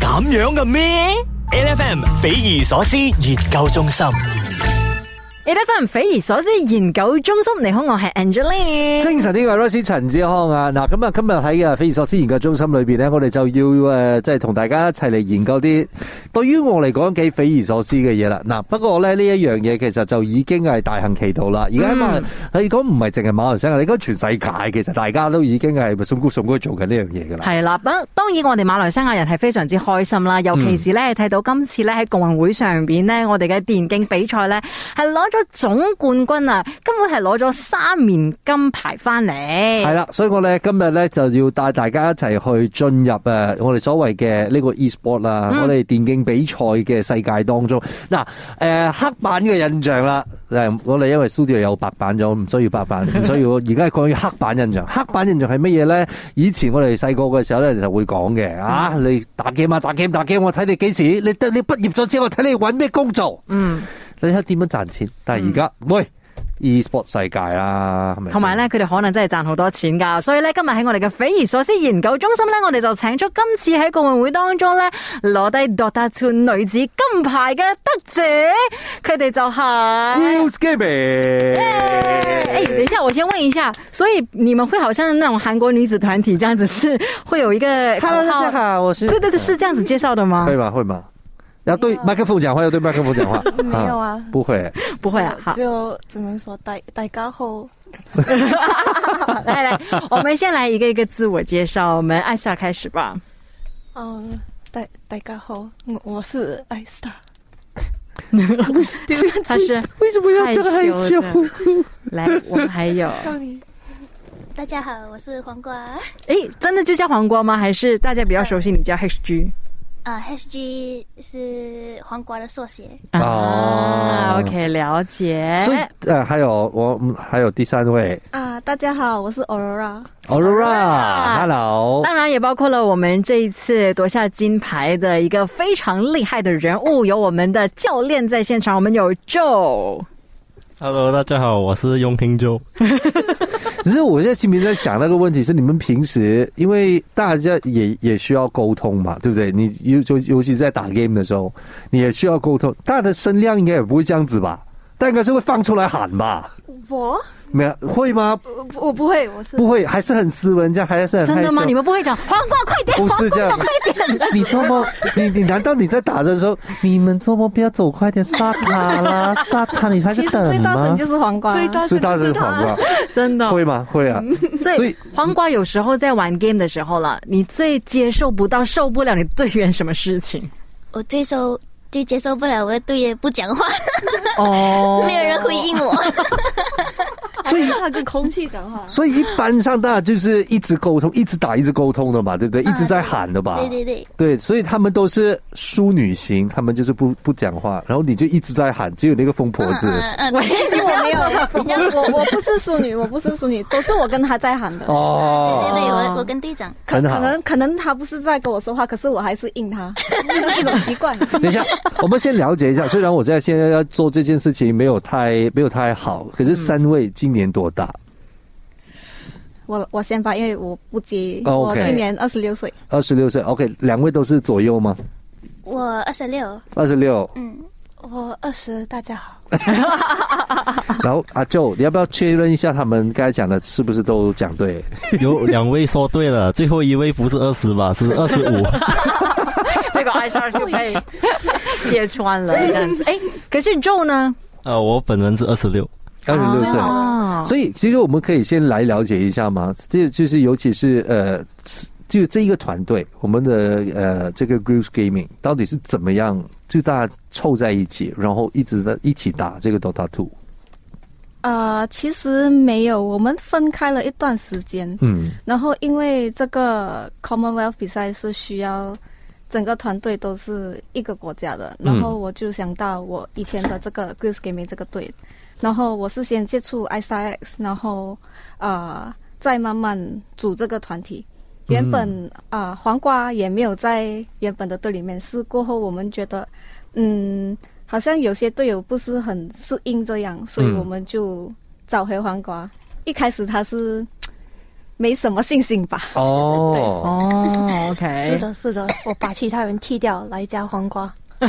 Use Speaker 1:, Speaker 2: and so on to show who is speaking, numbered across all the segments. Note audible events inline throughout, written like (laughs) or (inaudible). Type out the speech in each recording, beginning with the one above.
Speaker 1: 咁樣嘅咩？L F M 匪夷所思研究中心。
Speaker 2: 你得翻匪夷所思研究中心，你好，我係 Angeline。
Speaker 3: 精神呢個 r o s e 陳志康啊，嗱咁啊，今日喺啊匪夷所思研究中心裏边咧，我哋就要诶，即係同大家一齊嚟研究啲對於我嚟講幾匪夷所思嘅嘢啦。嗱，不過咧呢一樣嘢其實就已經係大行其道啦。而家嘛，你講唔係淨係馬來西亞，你講全世界其實大家都已經係送姑送姑做緊呢樣嘢噶啦。
Speaker 2: 係啦，咁當然我哋馬來西亞人係非常之開心啦，尤其是咧睇到今次咧喺共運會上邊咧，我哋嘅電競比賽咧係攞咗總冠軍啊，根本係攞咗三面金牌翻嚟。
Speaker 3: 係
Speaker 2: 係啊
Speaker 3: 啦，所以我咧今日咧就要帶大家一齊去進入誒我哋所謂嘅呢個 e-sport 啦，
Speaker 2: 嗯
Speaker 3: 我哋電競比賽嘅世界當中。嗱、誒黑板嘅印象啦，誒我哋因為 studio 有白板咗，唔需要
Speaker 2: (laughs)
Speaker 3: 白板，唔需要。而家係講黑板印象，黑板印象係乜嘢咧？以前我哋細個嘅時候咧就會講嘅啊，
Speaker 2: 嗯
Speaker 3: 你打 game 啊，打 game 打 game，我睇你幾時，你得你畢業咗之後，我睇你揾咩工做。
Speaker 2: 嗯。
Speaker 3: 你睇下點樣賺錢？但係而家喂 e-sport 世界啦，係咪先？
Speaker 2: 同埋咧，佢哋可能真係賺好多錢㗎，所以咧今日喺我哋嘅匪夷所思研究中心咧，我哋就請出今次喺奧運會當中咧攞低 Dota 2女子金牌嘅得者，佢哋就係、
Speaker 3: Wheels Gaming。
Speaker 2: 哎，等一下，我先問一下，所以你們會好像那種韓國女子團體這樣子，是會有一個口
Speaker 3: Hello，
Speaker 2: 號
Speaker 3: 大家好，嗯我是。啊
Speaker 2: 对对对，是这样子介紹的嗎
Speaker 3: 会？吗？会吗？要对麦克风讲话，要对麦克风讲话。
Speaker 4: 没有啊
Speaker 3: 不会。
Speaker 2: 不會啊，好，
Speaker 4: 就只能说大大家好，
Speaker 2: 來來， (laughs) 我們先來一個一個自我介紹，我們艾莎開始吧。
Speaker 4: 嗯，大大家好，我我是艾 star，
Speaker 2: 他是
Speaker 3: (laughs) 为什么要这么害羞？
Speaker 2: 害来，我们还
Speaker 3: (laughs)
Speaker 2: 有，
Speaker 5: 大家好，我是黄瓜。
Speaker 2: 诶，哎真的就叫黄瓜吗？还是大家比较熟悉你叫 HG
Speaker 5: 呃，HG 是黄瓜的缩写。
Speaker 2: 啊
Speaker 3: 哦
Speaker 2: ？OK，了解。
Speaker 3: 所以呃，还有我嗯还有第三位
Speaker 4: 啊，大家好，我是 Aurora，
Speaker 3: Aurora，Hello。
Speaker 2: 当然也包括了我们这一次夺下金牌的一个非常厉害的人物，有我们的教练在现场，我们有 Joe。
Speaker 6: Hello，大家好，我是雍平洲。
Speaker 3: 只是我现在心里面在想那个问题是，你们平时因为大家也也需要沟通嘛，对不对？你尤尤尤其是在打 game 的时候，你也需要沟通，大家的声量应该也不会这样子吧？但应该是会放出来喊吧？
Speaker 4: 我
Speaker 3: 没有会吗？
Speaker 4: 我不我不会，我是
Speaker 3: 不会，还是很斯文，这样还是很害羞
Speaker 2: 真的吗？你们不会讲黄瓜快点，
Speaker 3: 不是这样，你做梦，你你难道你在打的时候，你们做梦不要走快点，杀他啦，杀他，你还是
Speaker 4: 其实最
Speaker 3: 等
Speaker 4: 大
Speaker 3: 吗
Speaker 4: 声？就是黄瓜，
Speaker 2: 最大
Speaker 3: 是大声黄瓜，
Speaker 2: 真的
Speaker 3: 会吗？会啊，
Speaker 2: 所
Speaker 3: 所
Speaker 2: 以
Speaker 3: 以
Speaker 2: 黄瓜有时候在玩 game 的时候了，你最接受不到、受不了你队员什么事 (laughs) 情
Speaker 5: 我最受最接受不了我的队员不讲话，
Speaker 2: 哦
Speaker 5: (laughs) 没有人回应我。
Speaker 3: 所以
Speaker 4: (laughs) 他跟空气讲话，
Speaker 3: 所以一般上大家就是一直沟通，一直打，一直沟通的嘛，对不对？一直在喊的吧？
Speaker 5: 对对对，
Speaker 3: 对，所以他们都是淑女型，他们就是不不讲话，然后你就一直在喊，只有那个疯婆
Speaker 5: 嗯
Speaker 3: 子。
Speaker 5: 嗯
Speaker 4: 我
Speaker 5: 嗯，
Speaker 4: 其实我没有， (laughs) 我我不是淑女，我不是淑女，都是我跟他在喊的，
Speaker 3: 哦，
Speaker 5: 对对对，我我跟队长，
Speaker 4: 可
Speaker 3: 很好
Speaker 4: 可能可能他不是在跟我说话，可是我还是应他，就是一种习
Speaker 3: (laughs)
Speaker 4: 惯。
Speaker 3: 等一下，我们先了解一下。虽然我在现在要做这件事情没有太没有太好，可是三位今年多大？
Speaker 4: 我我先发，因为我不接，
Speaker 3: 哦
Speaker 4: 我
Speaker 3: OK
Speaker 4: 今年二十六岁，
Speaker 3: 二十六岁。OK，两位都是左右吗？
Speaker 5: 我二十六，
Speaker 3: 二十六。
Speaker 5: 嗯，
Speaker 4: 我二十，大家好。
Speaker 3: (laughs) 然后阿 Joe，你要不要确认一下他们刚才讲的是不是都讲对？
Speaker 6: (laughs) 有两位说对了，最后一位不是二十吧，是二
Speaker 1: (laughs)
Speaker 6: 十五。
Speaker 2: 这个 S 二就 (laughs) 被揭穿了，这样子。 (laughs) 哎，可是 Joe 呢？
Speaker 6: 呃，我本人是二十六。
Speaker 3: 二十六岁。
Speaker 2: 哦，
Speaker 3: 所以其实我们可以先来了解一下嘛，这就是尤其是呃，就这一个团队，我们的呃这个 Grooves Gaming 到底是怎么样，就大家凑在一起，然后一直在一起打这个 Dota Two。
Speaker 4: 呃，其实没有，我们分开了一段时间，
Speaker 3: 嗯。
Speaker 4: 然后因为这个 Commonwealth 比赛是需要整个团队都是一个国家的，然后我就想到我以前的这个 g r e e s Gaming 这个队，然后我是先接触 i s i x 然后呃再慢慢组这个团体。原本啊、呃黄瓜也没有在原本的队里面，是过后我们觉得，嗯，好像有些队友不是很适应这样，所以
Speaker 3: 嗯
Speaker 4: 我们就找回黄瓜。一开始他是没什么信心吧。
Speaker 3: 哦，
Speaker 2: 哦，OK，
Speaker 7: 是的，是的，我把其他人剃掉来加黄瓜，这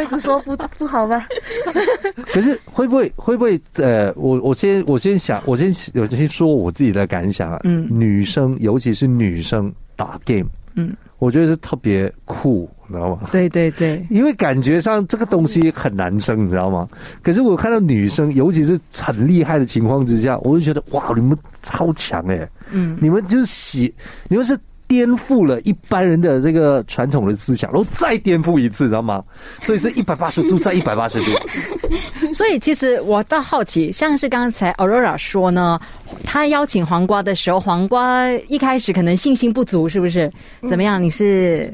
Speaker 7: 样子说不不好吗？
Speaker 3: 可是会不会会不会呃，我我先我先想，我先我先说我自己的感想啊。
Speaker 2: 嗯
Speaker 3: 女生尤其是女生打 game，
Speaker 2: 嗯，
Speaker 3: 我觉得是特别酷，你知道吗？
Speaker 2: 对对对，
Speaker 3: 因为感觉上这个东西很难生，你知道吗？可是我看到女生，尤其是很厉害的情况之下，我就觉得哇，你们超强哎、
Speaker 2: 嗯，
Speaker 3: 你们就是洗，你们是颠覆了一般人的这个传统的思想，然后再颠覆一次，知道吗？所以是一百八十度再一百八十度，
Speaker 2: (laughs) 所以其实我倒好奇，像是刚才 Aurora 说呢，他邀请黄瓜的时候，黄瓜一开始可能信心不足，是不是？怎么样？你是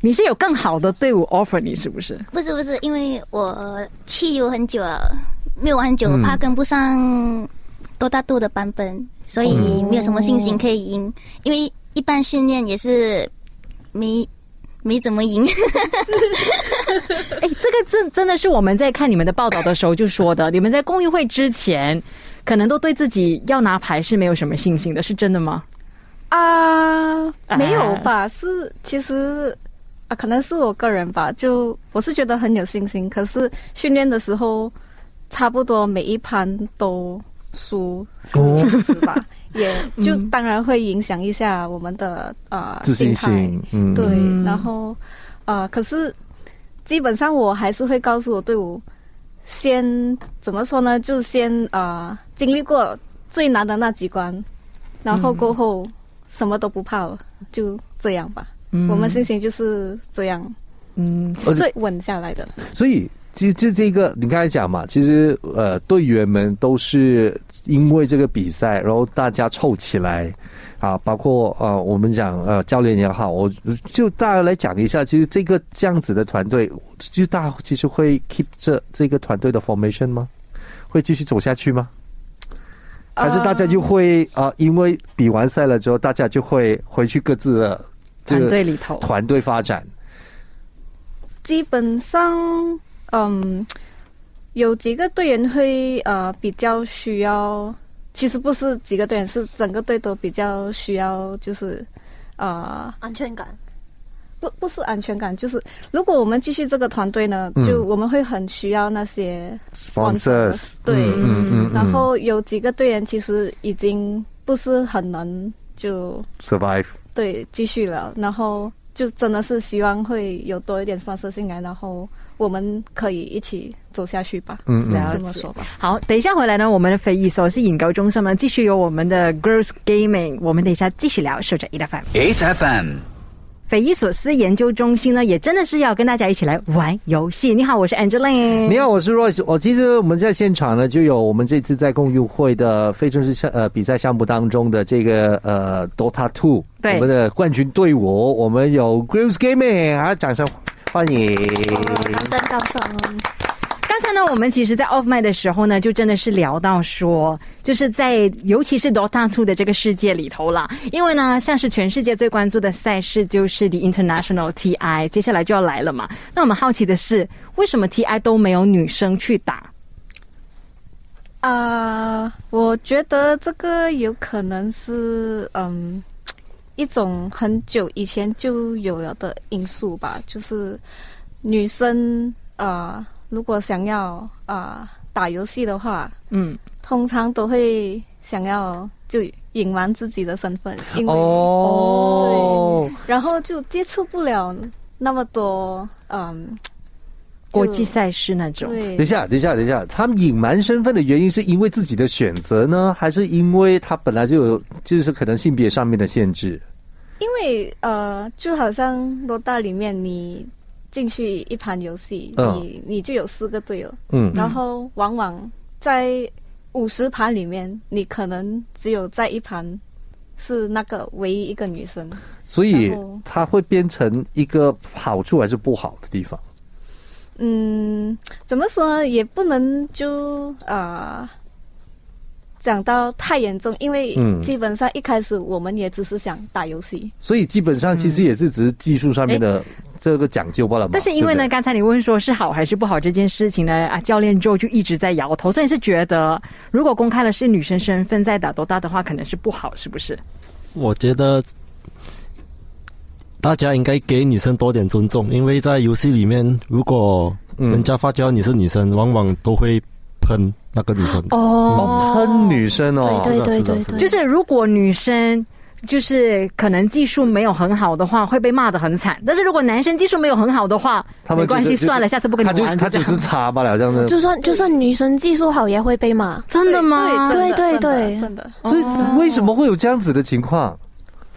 Speaker 2: 你是有更好的队伍 offer 你，是不是？
Speaker 5: 不是不是，因为我弃游很久了，没有玩很久，
Speaker 3: 嗯
Speaker 5: 怕跟不上多大度的版本，所以没有什么信心可以赢。因为一般训练也是没没怎么赢，
Speaker 2: 哎，这个真真的是我们在看你们的报道的时候就说的， (laughs) 你们在公益会之前，可能都对自己要拿牌是没有什么信心的，是真的吗？
Speaker 4: 啊，没有吧？是其实啊，可能是我个人吧，就我是觉得很有信心，可是训练的时候差不多每一盘都输是
Speaker 3: 哦
Speaker 4: 是吧？也
Speaker 3: (laughs)
Speaker 4: 就当然会影响一下我们的呃
Speaker 3: 嗯自信
Speaker 4: 态
Speaker 3: 心，嗯，
Speaker 4: 对，
Speaker 2: 嗯
Speaker 4: 然后呃，可是基本上我还是会告诉我队伍，先怎么说呢？就先呃经历过最难的那几关，然后过后、什么都不怕了，就这样吧。
Speaker 2: 嗯
Speaker 4: 我们信心就是这样
Speaker 2: 嗯，
Speaker 3: 而且
Speaker 4: 最稳下来的。
Speaker 3: 所以。其实这这个，你刚才讲嘛，其实呃，队员们都是因为这个比赛，然后大家凑起来，啊，包括呃，我们讲呃，教练也好，我就大家来讲一下，其实这个这样子的团队，就大家其实会 keep 这这个团队的 formation 吗？会继续走下去吗？还是大家就会啊、呃因为比完赛了之后，大家就会回去各自的这
Speaker 2: 团
Speaker 3: 个
Speaker 2: 队里头，
Speaker 3: 团队发展？
Speaker 4: 基本上，嗯，有几个队员会呃比较需要，其实不是几个队员，是整个队都比较需要，就是呃
Speaker 7: 安全感。
Speaker 4: 不不是安全感，就是如果我们继续这个团队呢，
Speaker 3: 嗯
Speaker 4: 就我们会很需要那些
Speaker 3: Sponsors，
Speaker 4: 对，
Speaker 3: 嗯嗯嗯
Speaker 4: 然后有几个队员其实已经不是很能就
Speaker 3: survive。
Speaker 4: 对继续了，然后就真的是希望会有多一点 sponsor 进来，然后我们可以一起走下去吧，
Speaker 3: 嗯嗯
Speaker 4: 这么说吧。
Speaker 2: 好，等一下回来呢，我们的匪夷所思研究中心呢，继续有我们的 Girls Gaming，我们等一下继续聊，守着 E F M。
Speaker 1: ，H F M，
Speaker 2: 匪夷所思研究中心呢，也真的是要跟大家一起来玩游戏。你好，我是 Angeline。
Speaker 3: 你好，我是 Royce。我其实我们在现场呢，就有我们这次在共运会的非正式项呃比赛项目当中的这个呃 Dota Two，
Speaker 2: 对
Speaker 3: 我们的冠军队伍，我们有 Grills Gaming，啊，掌声欢迎。
Speaker 7: 嗯高分高分，
Speaker 2: 刚才呢，我们其实，在 off mic 的时候呢，就真的是聊到说，就是在尤其是 Dota 2的这个世界里头啦，因为呢，像是全世界最关注的赛事就是 The International TI，接下来就要来了嘛。那我们好奇的是，为什么 TI 都没有女生去打？
Speaker 4: 啊、我觉得这个有可能是嗯一种很久以前就有了的因素吧，就是女生啊、呃如果想要啊、呃打游戏的话，
Speaker 2: 嗯，
Speaker 4: 通常都会想要就隐瞒自己的身份，因为、
Speaker 3: 哦，
Speaker 4: 然后就接触不了那么多嗯
Speaker 2: 国际赛事那种。
Speaker 4: 对
Speaker 3: 等一下，等一下，等一下，他们隐瞒身份的原因是因为自己的选择呢，还是因为他本来就有就是可能性别上面的限制？
Speaker 4: 因为呃，就好像罗大里面你进去一盘游戏，
Speaker 3: 嗯
Speaker 4: 你你就有四个队友，
Speaker 3: 嗯
Speaker 4: 然后往往在五十盘里面，你可能只有在一盘是那个唯一一个女生。
Speaker 3: 所以
Speaker 4: 然后
Speaker 3: 它会变成一个好处还是不好的地方？
Speaker 4: 嗯，怎么说呢？也不能就啊、呃讲到太严重，因为
Speaker 3: 嗯
Speaker 4: 基本上一开始我们也只是想打游戏，
Speaker 3: 所以基本上其实也是只是技术上面的这个讲究罢了嘛。
Speaker 2: 嗯但是因为呢，
Speaker 3: 对不对，
Speaker 2: 刚才你问说是好还是不好这件事情呢，啊，教练 Joe 就一直在摇头，所以是觉得如果公开了是女生身份在打多大的话，可能是不好，是不是？
Speaker 6: 我觉得大家应该给女生多点尊重，因为在游戏里面，如果
Speaker 3: 嗯
Speaker 6: 人家发觉你是女生，往往都会喷那个女生。
Speaker 3: 哦，喷女生哦，
Speaker 7: 对对对对对
Speaker 2: 就是如果女生。就是可能技术没有很好的话，会被骂的很惨。但是如果男生技术没有很好的话，
Speaker 3: 他们
Speaker 2: 没关
Speaker 3: 觉
Speaker 2: 系，
Speaker 3: 得就是
Speaker 2: 算了，下次不跟
Speaker 3: 他
Speaker 2: 你
Speaker 3: 就
Speaker 2: 玩。
Speaker 3: 他
Speaker 2: 这
Speaker 3: 只
Speaker 2: 样
Speaker 3: 是查罢了，这样子。
Speaker 7: 就算就算女生技术好也会被骂。
Speaker 2: (laughs) 真的吗？
Speaker 4: 对
Speaker 7: 对对
Speaker 4: 真的，
Speaker 3: 所以
Speaker 2: 哦
Speaker 3: 为什么会有这样子的情况？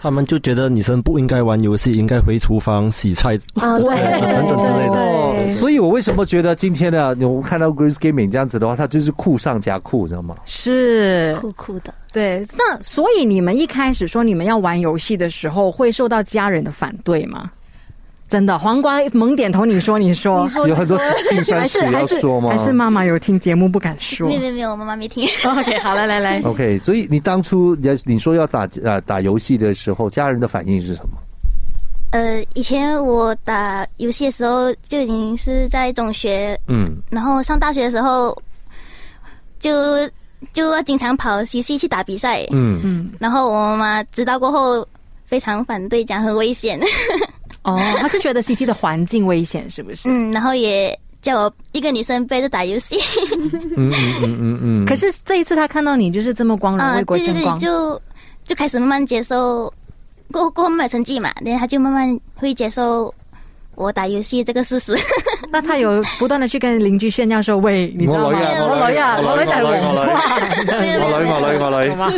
Speaker 6: 他们就觉得女生不应该玩游戏，应该回厨房洗菜。
Speaker 7: 啊，对
Speaker 6: 等等之类
Speaker 7: 对
Speaker 6: 的
Speaker 3: 哦
Speaker 7: 对，
Speaker 3: 所以我为什么觉得今天呢？我们看到 Grace Gaming 这样子的话，它就是酷上加酷，你知道吗？
Speaker 2: 是
Speaker 7: 酷酷的。
Speaker 2: 对，那所以你们一开始说你们要玩游戏的时候，会受到家人的反对吗？真的，黄瓜猛点头，你说，哦你说，
Speaker 4: 你说
Speaker 3: 有很多性
Speaker 2: 还
Speaker 3: 三
Speaker 2: 是
Speaker 3: 十
Speaker 2: 还
Speaker 3: 要
Speaker 2: 是
Speaker 3: 说吗
Speaker 2: 还是妈妈有听节目不敢说
Speaker 5: (laughs) 没有没有没有，我妈妈没听。
Speaker 2: (laughs) ？OK，好了，来来，
Speaker 3: ？OK，所以你当初你你说要打呃打游戏的时候，家人的反应是什么？
Speaker 5: 呃，以前我打游戏的时候就已经是在中学，
Speaker 3: 嗯，
Speaker 5: 然后上大学的时候就就要经常跑西西去打比赛，
Speaker 3: 嗯
Speaker 2: 嗯，
Speaker 5: 然后我妈妈知道过后非常反对，讲很危
Speaker 2: (laughs)
Speaker 5: 险，
Speaker 2: 哦，他是觉得 C C 的环境危险，是不是？
Speaker 5: 嗯，然后也叫我一个女生背着打游戏，
Speaker 3: 嗯嗯嗯嗯嗯。
Speaker 2: 可是这一次他看到你就是这么光荣，
Speaker 5: 啊、
Speaker 2: 嗯为国
Speaker 5: 对对
Speaker 2: 争
Speaker 5: 对，
Speaker 2: 光，
Speaker 5: (laughs) 就就开始慢慢接受过过后慢慢成绩嘛，然后她就慢慢会接受我打游戏这个事实。
Speaker 2: 那他有不断的去跟邻居炫耀说：“喂，你知道
Speaker 3: 我
Speaker 2: 吗？
Speaker 3: 女
Speaker 5: 啊
Speaker 2: 我女啊，
Speaker 3: 我女
Speaker 2: 我女就係
Speaker 3: 我女
Speaker 2: 黃瓜，
Speaker 5: 女
Speaker 2: 真係
Speaker 5: 我女 (laughs) 我
Speaker 3: 女我女
Speaker 2: 嗯好嗎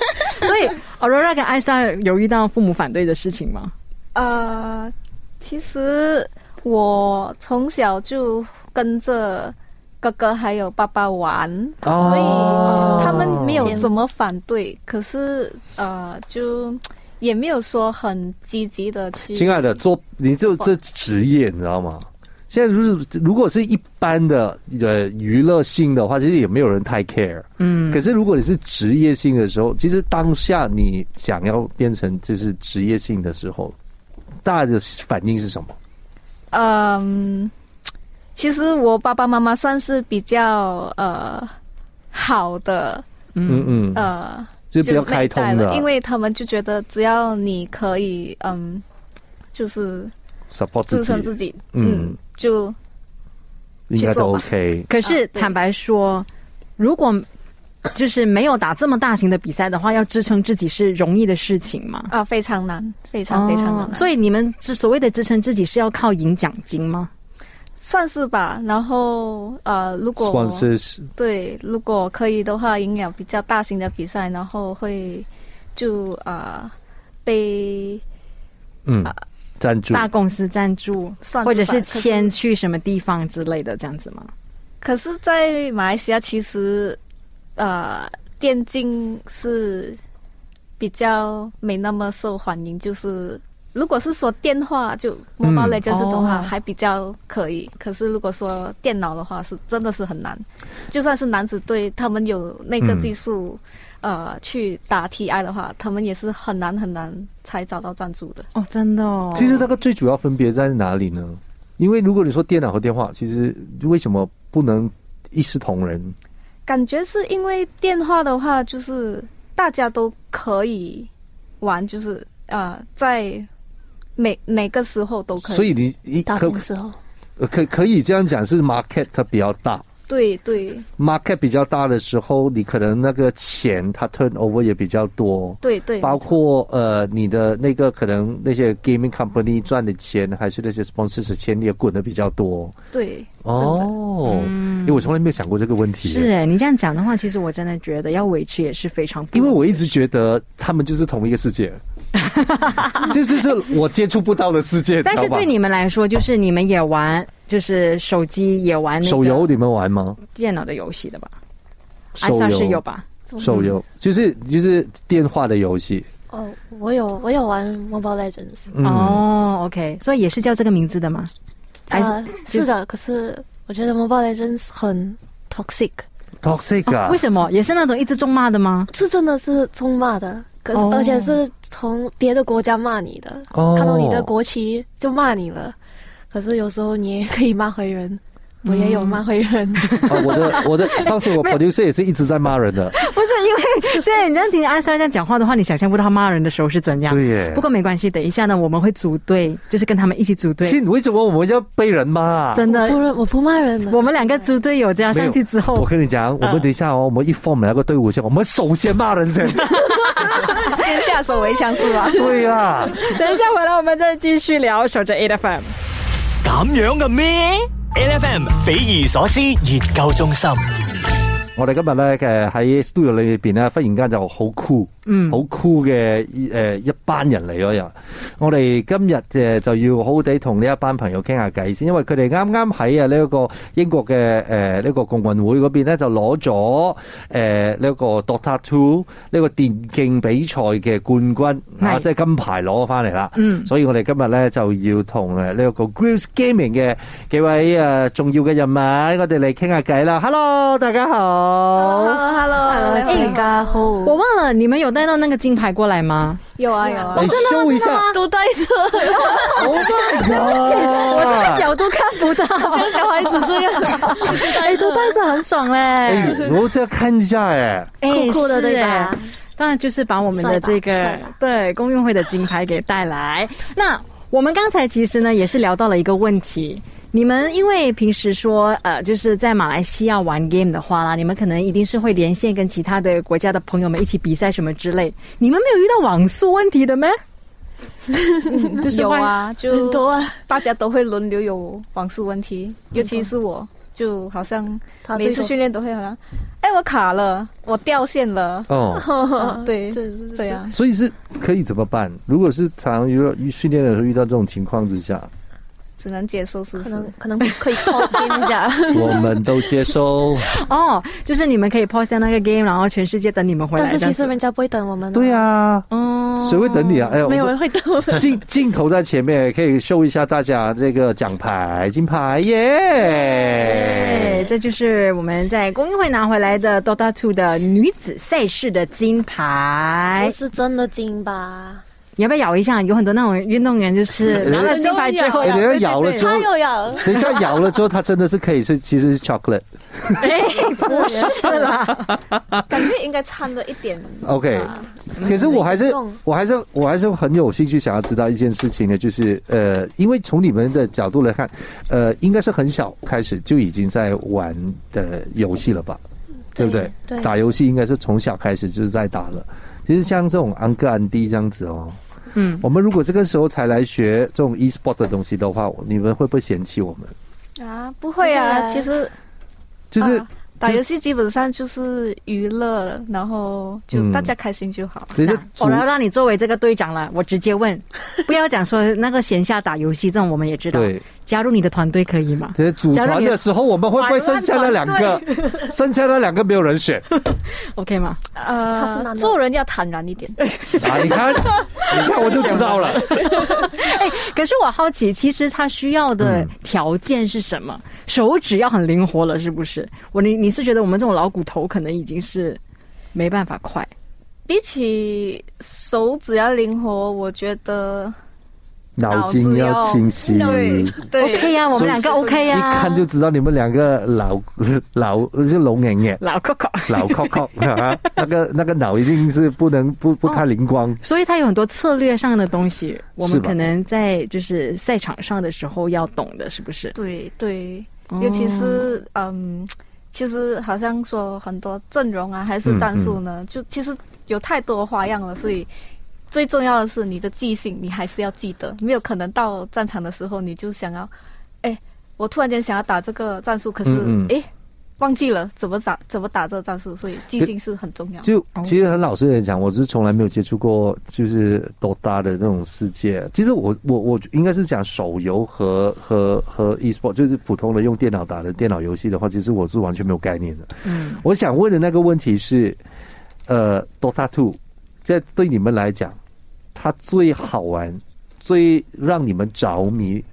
Speaker 2: (laughs) 所以 Aurora 跟 i s t a 有遇到父母反对的事情吗？
Speaker 4: 呃，其实我从小就跟着哥哥还有爸爸玩，
Speaker 3: 哦
Speaker 4: 所以他们没有怎么反对，可是呃，就也没有说很积极的去。
Speaker 3: 亲爱的，做你就这职业，你知道吗？现在如果如果是一般的呃娱乐性的话，其实也没有人太 care。
Speaker 2: 嗯，
Speaker 3: 可是如果你是职业性的时候，其实当下你想要变成就是职业性的时候，大家的反应是什么？
Speaker 4: 嗯，其实我爸爸妈妈算是比较呃好的
Speaker 3: 嗯嗯，
Speaker 4: 呃，
Speaker 3: 就比较开
Speaker 4: 那一代
Speaker 3: 通
Speaker 4: 了
Speaker 3: 的，
Speaker 4: 因为他们就觉得只要你可以嗯，就是
Speaker 3: support 自
Speaker 4: 支撑
Speaker 3: 己，
Speaker 4: 自己，
Speaker 3: 嗯
Speaker 4: 嗯，就
Speaker 3: 应该
Speaker 4: 去
Speaker 3: 都
Speaker 4: 做吧
Speaker 3: OK。
Speaker 2: 可是
Speaker 4: 啊对
Speaker 2: 坦白说，如果就是没有打这么大型的比赛的话，要支撑自己是容易的事情吗？
Speaker 4: 啊非常难，非常非常的
Speaker 2: 哦
Speaker 4: 难，
Speaker 2: 所
Speaker 4: 以
Speaker 2: 以你们之所谓的支撑自己是要靠赢奖金吗？
Speaker 4: 算是吧。然后呃，如果
Speaker 3: Sponsors
Speaker 4: 对，如果可以的话，赢了比较大型的比赛，然后会就啊被
Speaker 3: 嗯
Speaker 4: 啊
Speaker 3: 赞助
Speaker 2: 大公司赞助，
Speaker 4: 算
Speaker 2: 或者是
Speaker 4: 吧可
Speaker 2: 迁去什么地方之类的，这样子吗？
Speaker 4: 可是，在马来西亚其实，呃，电竞是比较没那么受欢迎，就是。如果是说电话，就 Mobile
Speaker 3: 嗯
Speaker 4: Legends 这种话、
Speaker 2: 哦
Speaker 4: 还比较可以。可是如果说电脑的话，是真的是很难。就算是男子队，他们有那个
Speaker 3: 嗯
Speaker 4: 技术，呃，去打 TI 的话，他们也是很难很难才找到赞助的。
Speaker 2: 哦，真的哦。
Speaker 3: 其实那个最主要分别在哪里呢？因为如果你说电脑和电话，其实为什么不能一视同仁？
Speaker 4: 感觉是因为电话的话，就是大家都可以玩，就是呃，在每哪个时候都可以。
Speaker 3: 所以你一
Speaker 7: 大
Speaker 3: 可呃
Speaker 7: 的时候，
Speaker 3: 可可以这样讲是 market 它比较大
Speaker 4: 对对
Speaker 3: ，market 比较大的时候，你可能那个钱它 turn over 也比较多。
Speaker 4: 对对，
Speaker 3: 包括呃，你的那个可能那些 gaming company 赚的钱，还是那些 sponsors 的钱，你也滚的比较多
Speaker 4: 对
Speaker 3: 哦。
Speaker 4: 嗯
Speaker 3: 因为我从来没有想过这个问题，
Speaker 2: 是哎，你这样讲的话，其实我真的觉得要维持也是非常不
Speaker 3: 因
Speaker 2: 容易，
Speaker 3: 为我一直觉得他们就是同一个世
Speaker 2: (laughs)
Speaker 3: 界，这就是我接触不到的世界，
Speaker 2: 但
Speaker 3: 知
Speaker 2: 是
Speaker 3: 道吧
Speaker 2: 对你们来说，就是你们也玩，就是手机也玩、那个
Speaker 3: 手游你们玩吗？
Speaker 2: 电脑的游戏的吧？艾
Speaker 3: 手
Speaker 2: 萨啊是有
Speaker 3: 游，
Speaker 2: 吧？嗯
Speaker 3: 手游就是就是电话的游戏，
Speaker 7: 哦，我有我有玩 Mobile Legends，
Speaker 3: 嗯，
Speaker 2: 哦，OK，所以也是叫这个名字的吗？还是哦
Speaker 7: 啊，是的，可是我觉得 Mobile Legends 很 toxic，
Speaker 3: ，toxic 啊
Speaker 2: 哦为，什么也是那种一直中骂的吗？
Speaker 7: 是真的是中骂的，可是
Speaker 2: 哦
Speaker 7: 而且是从别的国家骂你的，
Speaker 3: 哦
Speaker 7: 看到你的国旗就骂你了，可是有时候你也可以骂回人，我也有骂回人，
Speaker 3: 啊，我的我的，
Speaker 2: (laughs)
Speaker 3: 放心，我 producer 也是一直在骂人的。
Speaker 2: 不是因为现 (laughs) 在你这样听阿 Sir 这样讲话的话，你想象不到他骂人的时候是怎样。
Speaker 3: 对耶
Speaker 2: 不过没关系，等一下呢，我们会组队，就是跟他们一起组队。
Speaker 3: 信，为什么我们要被人骂啊？
Speaker 2: 真的，
Speaker 7: 不，我不骂人的。
Speaker 2: 我们两个组队友这样
Speaker 3: 没有
Speaker 2: 上去之后
Speaker 3: 我，跟你讲，
Speaker 2: 嗯
Speaker 3: 我们等一下哦，我们一 form 那个队伍先，我们首先骂
Speaker 2: (laughs)
Speaker 3: 人先。
Speaker 4: 先下手为强是吧？
Speaker 3: 对啦，
Speaker 2: 等一下回来我们再继续聊守着 A F M。
Speaker 1: 咁样嘅咩？LFM 匪夷所思研究中心，
Speaker 3: 我哋今日咧嘅喺 studio 裏邊咧，忽然間就好酷，嗯，好酷嘅誒一班人嚟咗又。我哋今日呃誒就要好好地同呢一班朋友傾下偈先，因為佢哋啱啱喺啊呢一個英國嘅誒呢個共運會嗰邊咧就攞咗誒呢一個 Dota Two 呢個電競比賽嘅冠軍啊，
Speaker 2: 係
Speaker 3: 即係金牌攞翻嚟啦。
Speaker 2: 嗯
Speaker 3: 所以我哋今日咧就要同呃誒呢一個 Grills Gaming 嘅幾位誒重要嘅人物，我哋嚟傾下偈啦。Hello，大家好。
Speaker 4: Hello，Hello，
Speaker 7: 大家好，
Speaker 2: 我忘了你们有带到那个金牌过来吗？
Speaker 4: 有啊有啊，
Speaker 3: 你修一下，
Speaker 7: 都带着，
Speaker 3: 好慢呀！
Speaker 2: 脚都看不到，像小孩子这样， (laughs) 哎，都带着很爽嘞，
Speaker 3: 哎，我这看一下哎，
Speaker 2: 哎
Speaker 5: 酷酷的
Speaker 2: 是
Speaker 5: 对
Speaker 2: 哎
Speaker 5: 吧？
Speaker 2: 当然就是把我们的这
Speaker 5: 帅
Speaker 2: 个
Speaker 5: 吧帅吧
Speaker 2: 对公运会的金牌给带来。那我们刚才其实呢也是聊到了一个问题。你们因为平时说，呃，就是在马来西亚玩 game 的话啦，你们可能一定是会连线跟其他的国家的朋友们一起比赛什么之类。你们没有遇到网速问题的吗？就是
Speaker 4: 有
Speaker 2: 万
Speaker 4: 啊，就
Speaker 7: 很多啊。
Speaker 4: 大家都会轮流有网速问题，尤其是我，就好像
Speaker 7: 他
Speaker 4: 每
Speaker 7: 最
Speaker 4: 次
Speaker 7: 多
Speaker 4: 训练都会好像，哎，我卡了，我掉线了，
Speaker 3: 哦，
Speaker 7: (laughs) 嗯
Speaker 4: 啊对，这样
Speaker 3: 所以是可以怎么办？如果是常遇到训练的时候遇到这种情况之
Speaker 7: (laughs)
Speaker 3: 下，
Speaker 4: 只能接受事
Speaker 7: 可
Speaker 4: 实。
Speaker 7: 能可能可以 pause game 一下，
Speaker 3: 我们都接收。
Speaker 2: 哦，就是你们可以 pause 掉那个 game，然后全世界等你们回来。
Speaker 7: 但是其
Speaker 2: 这
Speaker 7: 实
Speaker 2: 样子
Speaker 7: 人家不会等我们。啊
Speaker 3: 对，啊呀，
Speaker 2: 哦，
Speaker 3: 谁会等你啊？哎，
Speaker 7: 没有
Speaker 3: 我
Speaker 7: 人
Speaker 3: 们
Speaker 7: 会等我
Speaker 3: (laughs)
Speaker 7: 们。
Speaker 3: 镜镜头在前面，可以秀一下大家这个奖牌、金牌
Speaker 2: 对，
Speaker 3: 耶！
Speaker 2: 这就是我们在公益会拿回来的 Dota Two 的女子赛事的金牌
Speaker 7: 不。是真的金吧？
Speaker 2: 你要不要摇一下？有很多那种运动员就是拿了金牌之后，
Speaker 3: 呃哎，等一下咬了
Speaker 2: 对
Speaker 3: 之后，
Speaker 7: 又要
Speaker 3: (laughs) 等一下咬了之后，它真的是可以是其实是 chocolate。
Speaker 2: 哎，不是啦，
Speaker 4: (laughs) 感觉应该掺了一点
Speaker 3: OK，
Speaker 4: 啊
Speaker 3: 可是我还是
Speaker 7: 运动
Speaker 3: 我还是我还是很有兴趣想要知道一件事情呢，就是呃，因为从你们的角度来看，呃，应该是很小开始就已经在玩的游戏了吧，对不对？
Speaker 7: 对，
Speaker 3: 打游戏应该是从小开始就是在打了。其实像这种安哥安迪这样子哦，
Speaker 2: 嗯，
Speaker 3: 我们如果这个时候才来学这种 e sport 的东西的话，你们会不会嫌弃我们？
Speaker 4: 啊，不会
Speaker 7: 不会
Speaker 4: 啊，
Speaker 7: 啊
Speaker 4: 其实
Speaker 3: 就是、
Speaker 4: 啊打游戏基本上就是娱乐，然后
Speaker 3: 嗯
Speaker 4: 就大家开心就好。
Speaker 3: 其实主
Speaker 2: 我要让你作为这个队长了，我直接问，不要讲说那个闲下打游戏，这种我们也知道。
Speaker 3: 对。
Speaker 2: 加入你的团队可以吗？
Speaker 3: 其实组团的时候，我们会不会剩下那两个？ (laughs) 剩下那两个没有人选
Speaker 2: ？OK 吗？
Speaker 7: 他是男
Speaker 4: 呃，
Speaker 7: 的
Speaker 4: 做人要坦然一点。
Speaker 3: 啊！你看，你看，我就知道了。
Speaker 2: 可是我好奇，其实他需要的
Speaker 3: 嗯
Speaker 2: 条件是什么？手指要很灵活了，是不是？我你你是觉得我们这种老骨头可能已经是没办法快？
Speaker 4: 比起手指要灵活，我觉得
Speaker 3: 脑筋要清晰，
Speaker 4: 对
Speaker 3: 一
Speaker 4: 对
Speaker 2: OK 啊呀、我们两个 OK 呀、
Speaker 3: 看就知道你们两个老老就龙眼眼。
Speaker 2: 老 Coco，
Speaker 3: 老扣 (laughs) 扣啊，那个那个脑一定是不能不不太灵光，
Speaker 2: 所以他有很多策略上的东西，我
Speaker 3: 是
Speaker 2: 们
Speaker 3: 吧
Speaker 2: 可能在就是赛场上的时候要懂的，是不是？
Speaker 4: 对对，尤其是
Speaker 3: 哦
Speaker 4: 嗯，其实好像说很多阵容啊，还是
Speaker 3: 嗯
Speaker 4: 战术呢，就其实有太多花样了，所以。最重要的是你的记性，你还是要记得。没有可能到战场的时候，你就想要，哎，我突然间想要打这个战术，可是
Speaker 3: 嗯嗯
Speaker 4: 哎、忘记了怎么打怎么打这个战术，所以记性是很重要。
Speaker 3: 就
Speaker 7: 哦
Speaker 3: 其实很老实的讲，我是从来没有接触过就是多大的这种世界。其实我我我应该是讲手游和和和 e-sport，就是普通的用电脑打的电脑游戏的话，其实我是完全没有概念的。
Speaker 2: 嗯，
Speaker 3: 我想问的那个问题是，呃，Dota Two，这对你们来讲，它最好玩、最让你们着迷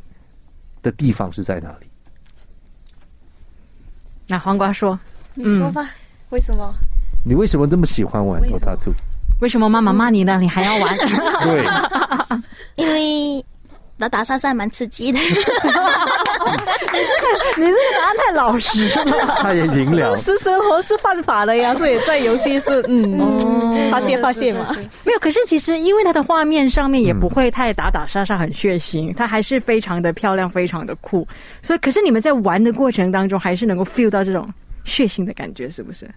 Speaker 3: 的地方是在哪里？
Speaker 2: 那黄瓜说，
Speaker 7: 你说吧，为什么？
Speaker 3: 你为什么这么喜欢玩
Speaker 7: 为什
Speaker 3: Dota
Speaker 7: 么
Speaker 3: Two？ (laughs)
Speaker 2: 为什么妈妈骂你了，你还要玩？
Speaker 3: 对，
Speaker 5: 因为打打杀杀蛮刺激的。
Speaker 2: 你这个答案太老实了。
Speaker 3: 他也赢了。
Speaker 8: 私生活是犯法的呀，所以在游戏是嗯，发泄发泄嘛。
Speaker 2: 没有，可是其实因为它的画面上面也不会太打打杀杀，很血腥，它还是非常的漂亮，非常的酷。所以，可是你们在玩的过程当中，还是能够 feel 到这种血腥的感觉，是不是？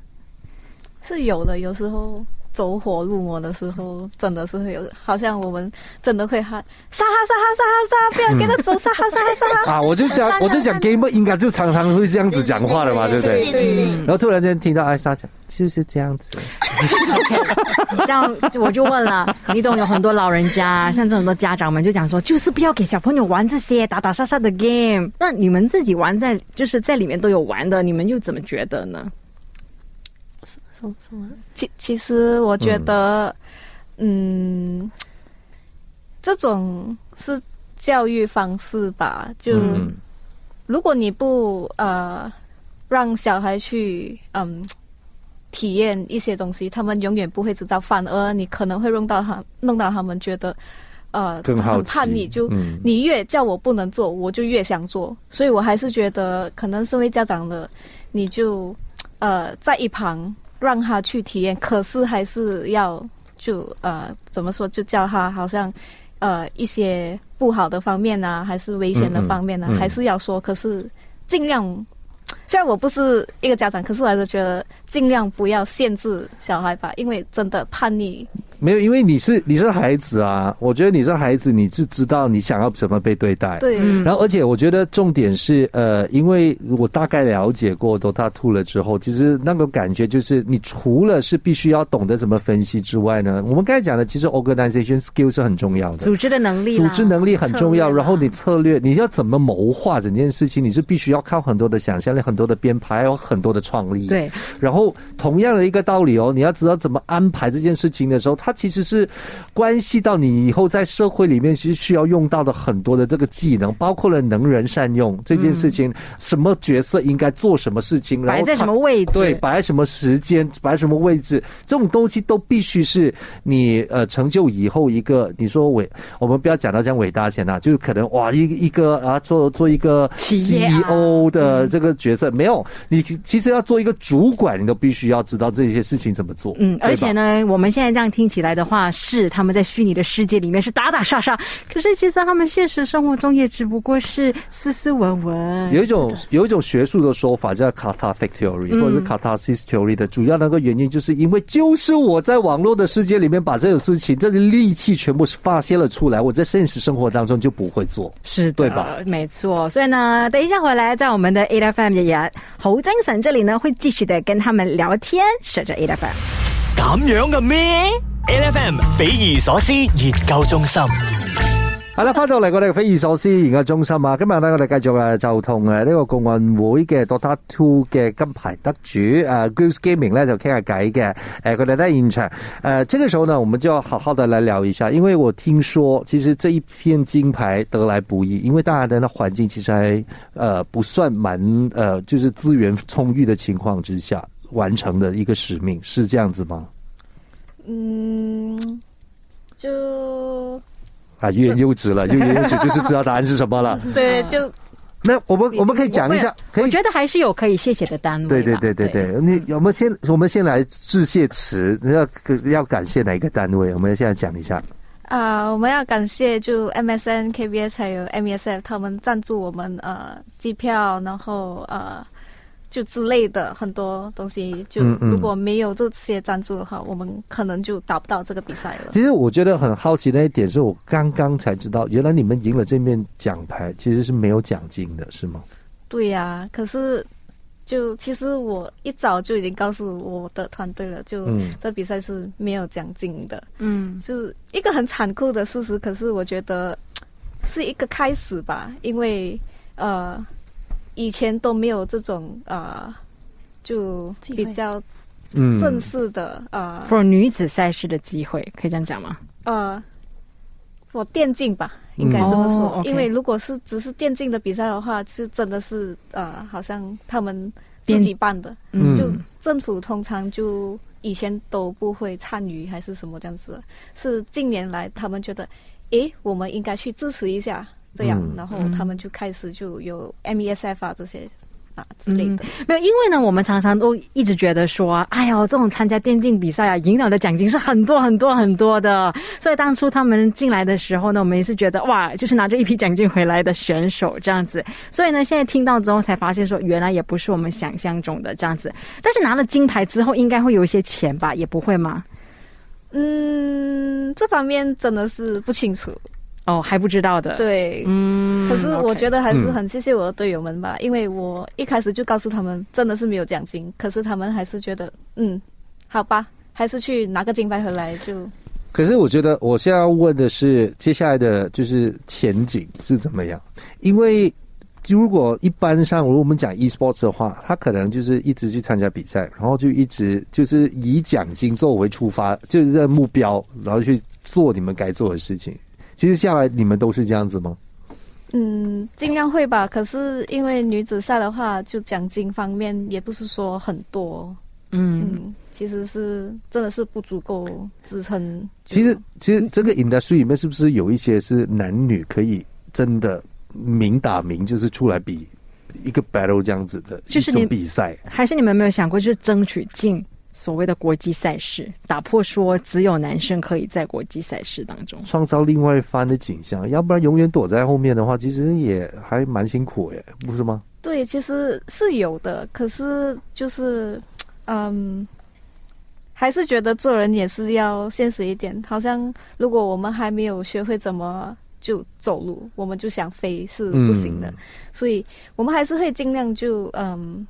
Speaker 4: 是有的，有时候走火入魔的时候，真的是会有，好像我们真的会喊杀哈杀哈杀哈杀，不要跟他走，杀哈杀哈杀哈。
Speaker 3: 啊，我就讲， (laughs) 我就讲 game 应该就常常会这样子讲话的嘛，对不对？
Speaker 5: 对对对，
Speaker 3: 然后突然间听到艾莎讲，就是这样子。
Speaker 2: 这样我就问了，你懂有很多老人家，像这很多家长们就讲说，就是不要给小朋友玩这些打打杀杀的 game。那你们自己玩在就是在里面都有玩的，你们又怎么觉得呢？
Speaker 7: 什么什么？
Speaker 4: (laughs) 其其实我觉得，嗯这种是教育方式吧，就。
Speaker 3: 嗯，
Speaker 4: 如果你不呃让小孩去嗯体验一些东西，他们永远不会知道，反而你可能会弄到他弄到他们觉得呃
Speaker 3: 更好
Speaker 4: 很
Speaker 3: 奇
Speaker 4: 叛逆，就、
Speaker 3: 嗯
Speaker 4: 你越叫我不能做，我就越想做，所以我还是觉得可能身为家长的你就呃在一旁让他去体验，可是还是要就呃怎么说，就叫他好像呃一些不好的方面啊，还是危险的方面啊，
Speaker 3: 嗯嗯嗯
Speaker 4: 还是要说，可是尽量。虽然我不是一个家长，可是我还是觉得尽量不要限制小孩吧，因为真的叛逆
Speaker 3: 没有，因为你是你是孩子啊，我觉得你是孩子，你是知道你想要怎么被对待。
Speaker 4: 对。
Speaker 2: 嗯
Speaker 3: 然后，而且我觉得重点是，呃，因为我大概了解过 Dota Two 了之后，其实那个感觉就是，你除了是必须要懂得怎么分析之外呢，我们刚才讲的，其实 organization skill 是很重要的。
Speaker 2: 组织的能力啦，
Speaker 3: 组织能力很重要，
Speaker 2: 策略啦
Speaker 3: 然后你策略，你要怎么谋划整件事情，你是必须要靠很多的想象力、很多的编排，还有很多的创意。
Speaker 2: 对，
Speaker 3: 然后同样的一个道理哦，你要知道怎么安排这件事情的时候，它其实是关系到你以后在社会里面是需要用到的很多的这个技能，包括了能人善用这件事情，什么角色应该做什么事情，
Speaker 2: 嗯
Speaker 3: 然
Speaker 2: 摆
Speaker 3: 后
Speaker 2: 在
Speaker 3: 它
Speaker 2: 什么位置？
Speaker 3: 对，摆在什么时间，摆在什么位置，这种东西都必须是你呃成就以后一个，你说伟，我们不要讲到这样伟大前啊，就是可能哇一一个啊做做一个
Speaker 2: 企业啊嗯
Speaker 3: CEO 的这个角色，没有，你其实要做一个主管，你都必须要知道这些事情怎么做。
Speaker 2: 嗯，而且
Speaker 3: 对吧，
Speaker 2: 呢，我们现在这样听起来的话，是他们在虚拟的世界里面是打打杀杀，可是其实他们现实生活中也只不过是斯斯文文。
Speaker 3: 有一种有一种学术的说法叫 cathartic theory，或者是 catharsis theory 的主要那个原因，就是因为就是我在网络的世界里面把这种事情这个戾气全部发泄了出来，我在现实生活当中就不会做。
Speaker 2: 是的
Speaker 3: 对吧？
Speaker 2: 没错，所以呢，等一下回来，在我们的 A F M 的也侯精神这里呢，会继续的跟他们聊天，守着 A F M。
Speaker 1: 咁样嘅咩？LFM 匪夷所思研究中心。
Speaker 3: 系啦，翻到嚟我哋嘅匪夷所思研究中心啊，今日咧我哋繼續誒就同誒呢個共運會嘅 Dota Two 嘅金牌得主誒 g r u s Gaming 咧就傾下偈嘅，誒佢哋咧現場誒、呃，這個時候呢，我們就要好好的來聊一下，因為我聽說其實這一片金牌得來不易，因為大家的那環境其實還呃不算蠻呃就是資源充裕的情況之下完成的一個使命，是這樣子嗎？
Speaker 4: 嗯，就
Speaker 3: 啊，越幼稚了，越幼稚就是知道答案是什麼了。
Speaker 4: 对，就
Speaker 3: 那我們我們可以講一下，可
Speaker 2: 我
Speaker 3: 以
Speaker 2: 觉得还是有可以谢谢的单位吧。
Speaker 3: 对对对对对，你我们先我们先来致谢词，要要感谢哪一个单位？我们现在讲一下。
Speaker 4: 啊、我们要感谢就 MSN、KBS 还有 MESF 他们赞助我们呃机票，然后呃就之类的很多东西。就
Speaker 3: 嗯嗯
Speaker 4: 如果没有这些赞助的话，我们可能就打不到这个比赛了。
Speaker 3: 其实我觉得很好奇的一点是我刚刚才知道，原来你们赢了这面奖牌其实是没有奖金的，是吗？
Speaker 4: 对呀、可是就其实我一早就已经告诉我的团队了，就
Speaker 3: 嗯
Speaker 4: 这比赛是没有奖金的，
Speaker 2: 嗯，
Speaker 4: 是一个很残酷的事实。可是我觉得是一个开始吧，因为呃，以前都没有这种呃，就
Speaker 7: 机会
Speaker 4: 比较
Speaker 3: 嗯
Speaker 4: 正式的呃
Speaker 2: for 女子赛事的机会，可以这样讲吗？
Speaker 4: 呃，我电竞吧，应该这么
Speaker 2: 嗯哦
Speaker 4: 说。
Speaker 2: ，OK
Speaker 4: 因为如果是只是电竞的比赛的话，就真的是呃，好像他们
Speaker 2: 电
Speaker 4: 自己办的，
Speaker 3: 嗯
Speaker 4: 就政府通常就以前都不会参与还是什么这样子的，是近年来他们觉得，诶，我们应该去支持一下，这样，
Speaker 3: 嗯
Speaker 4: 然后他们就开始就有 MESF 啊这些啊之类的。
Speaker 2: 没有，因为呢，我们常常都一直觉得说，哎呦，这种参加电竞比赛啊，赢了的奖金是很多很多很多的。所以当初他们进来的时候呢，我们也是觉得哇，就是拿着一批奖金回来的选手这样子。所以呢，现在听到之后才发现说，原来也不是我们想象中的这样子。但是拿了金牌之后，应该会有一些钱吧？也不会吗？
Speaker 4: 嗯，这方面真的是不清楚。
Speaker 2: 哦，还不知道的。，
Speaker 4: 对，
Speaker 2: 嗯
Speaker 4: 可是我觉
Speaker 2: 得
Speaker 4: 得还是很谢谢我的队友们吧，因为我一开始就告诉他们真的是没有奖金，可是他们还是觉得嗯，好吧，还是去拿个金牌回来就。
Speaker 3: 可是我觉得我现在要问的是，接下来的就是前景是怎么样？因为如果一般上，如果我们讲 esports 的话，他可能就是一直去参加比赛，然后就一直就是以奖金作为出发，就是在目标，然后去做你们该做的事情。其实下来你们都是这样子吗？
Speaker 4: 嗯，尽量会吧。可是因为女子赛的话，就奖金方面也不是说很多，
Speaker 2: 嗯。
Speaker 4: 嗯，其实是真的是不足够支撑。就
Speaker 3: 其实，其实这个 industry 里面是不是有一些是男女可以真的明打明，就是出来比一个 battle 这样子的
Speaker 2: 就
Speaker 3: 一
Speaker 2: 是你
Speaker 3: 种比赛？
Speaker 2: 还是你们有没有想过，就是争取进所谓的国际赛事，打破说只有男生可以在国际赛事当中？
Speaker 3: 创造另外一番的景象，要不然永远躲在后面的话，其实也还蛮辛苦耶，不是吗？
Speaker 4: 对，其实是有的，可是就是，嗯，还是觉得做人也是要现实一点。好像如果我们还没有学会怎么就走路，我们就想飞是不行的。
Speaker 3: 嗯
Speaker 4: 所以我们还是会尽量就嗯。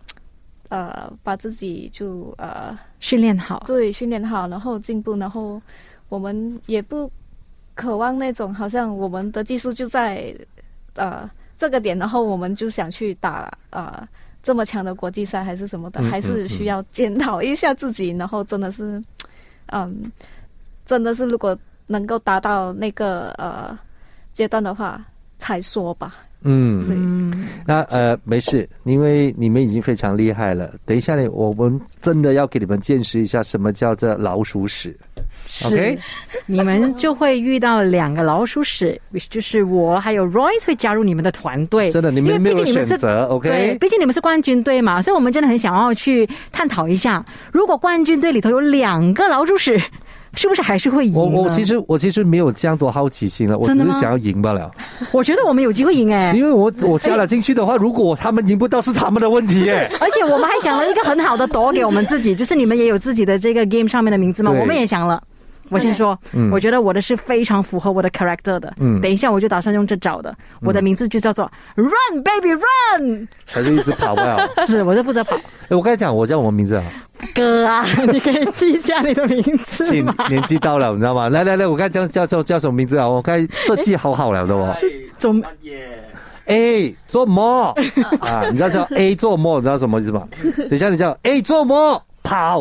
Speaker 4: 呃，把自己就呃
Speaker 2: 训练好，
Speaker 4: 对，训练好，然后进步，然后我们也不渴望那种好像我们的技术就在呃这个点，然后我们就想去打呃这么强的国际赛还是什么的，
Speaker 3: 嗯
Speaker 4: 还是
Speaker 3: 嗯
Speaker 4: 需要检讨一下自己，然后真的是，嗯，真的是如果能够达到那个呃阶段的话，才说吧。
Speaker 3: 嗯
Speaker 4: 对
Speaker 2: 嗯，
Speaker 3: 那呃没事，因为你们已经非常厉害了。等一下呢，我们真的要给你们见识一下什么叫做老鼠屎。OK，
Speaker 2: 你们就会遇到两个老鼠屎，which 就是我还有 Royce 会加入你们的团队。
Speaker 3: 真的你
Speaker 2: 因为
Speaker 3: 们没
Speaker 2: 毕
Speaker 3: 有
Speaker 2: 竟你
Speaker 3: 选
Speaker 2: 们是
Speaker 3: 择。
Speaker 2: 对，
Speaker 3: OK，
Speaker 2: 毕竟你们是冠军队嘛，所以我们真的很想要去探讨一下，如果冠军队里头有两个老鼠屎，是不是还是会赢呢？
Speaker 3: 我我其实我其实没有这样多好奇心了，我只
Speaker 2: 真的
Speaker 3: 是
Speaker 2: 吗
Speaker 3: 想要赢罢了。
Speaker 2: 我觉得我们有机会赢哎、
Speaker 3: 因为我我加了进去的话，如果他们赢不到是他们的问题耶。
Speaker 2: 而且我们还想了一个很好的朵给我们自己，就是你们也有自己的这个 game 上面的名字嘛，
Speaker 3: 对
Speaker 2: 我们也想了。我先说，我觉得我的是非常符合我的 character 的。
Speaker 3: 嗯
Speaker 2: 等一下我就打算用这招的。我的名字就叫做 Run Baby Run，
Speaker 3: 他就一直跑不了。
Speaker 2: (laughs) 是我就负责跑。
Speaker 3: 哎，我刚才讲我叫什么名字啊？
Speaker 2: 哥啊， (laughs) 你可以记一下你的名字 (laughs)
Speaker 3: 年
Speaker 2: 吗？
Speaker 3: 年纪到了，你知道吗？来来来，我看叫叫叫叫什么名字啊？我看设计好好了的
Speaker 2: (laughs)
Speaker 3: 哦。
Speaker 2: 总
Speaker 3: A 哎做么啊？你知道叫 A 做么？你知道什么意思吗？等一下你叫 A 做么？跑，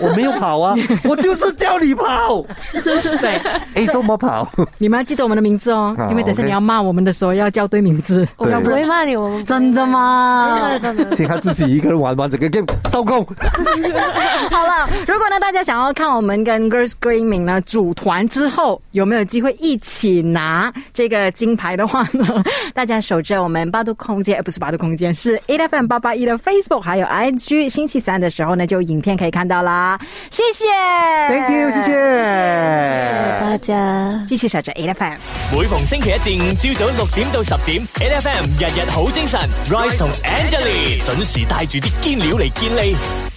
Speaker 3: 我没有跑
Speaker 2: (laughs)
Speaker 3: 啊，我就是叫你跑。
Speaker 2: 对，
Speaker 3: A 做么跑？
Speaker 2: 你们要记得我们的名字哦
Speaker 3: 好，
Speaker 2: 因为等一下
Speaker 3: OK
Speaker 2: 你要骂我们的时候要叫对名字。
Speaker 7: 我们不会骂你，我们不会骂
Speaker 2: 真的吗
Speaker 7: 你？？真的真的。
Speaker 3: 请他自己一个人玩完整个 game，收工。
Speaker 2: 好了，如果呢大家想要看我们跟 Girls Screaming 呢组团之后有没有机会一起拿这个金牌的话呢，大家守着我们八度空间，呃、不是八度空间，是 A F M 八八一的 Facebook 还有 IG，星期三的时候呢就有影片可以看到啦。谢谢
Speaker 3: Thank you，谢谢。
Speaker 7: 大家
Speaker 2: 继续守着 A F M。
Speaker 1: 每逢星期一至五朝早六點到十點 n F M 日日好精神，Rise 同 Angelie 準時帶住啲堅料嚟健利。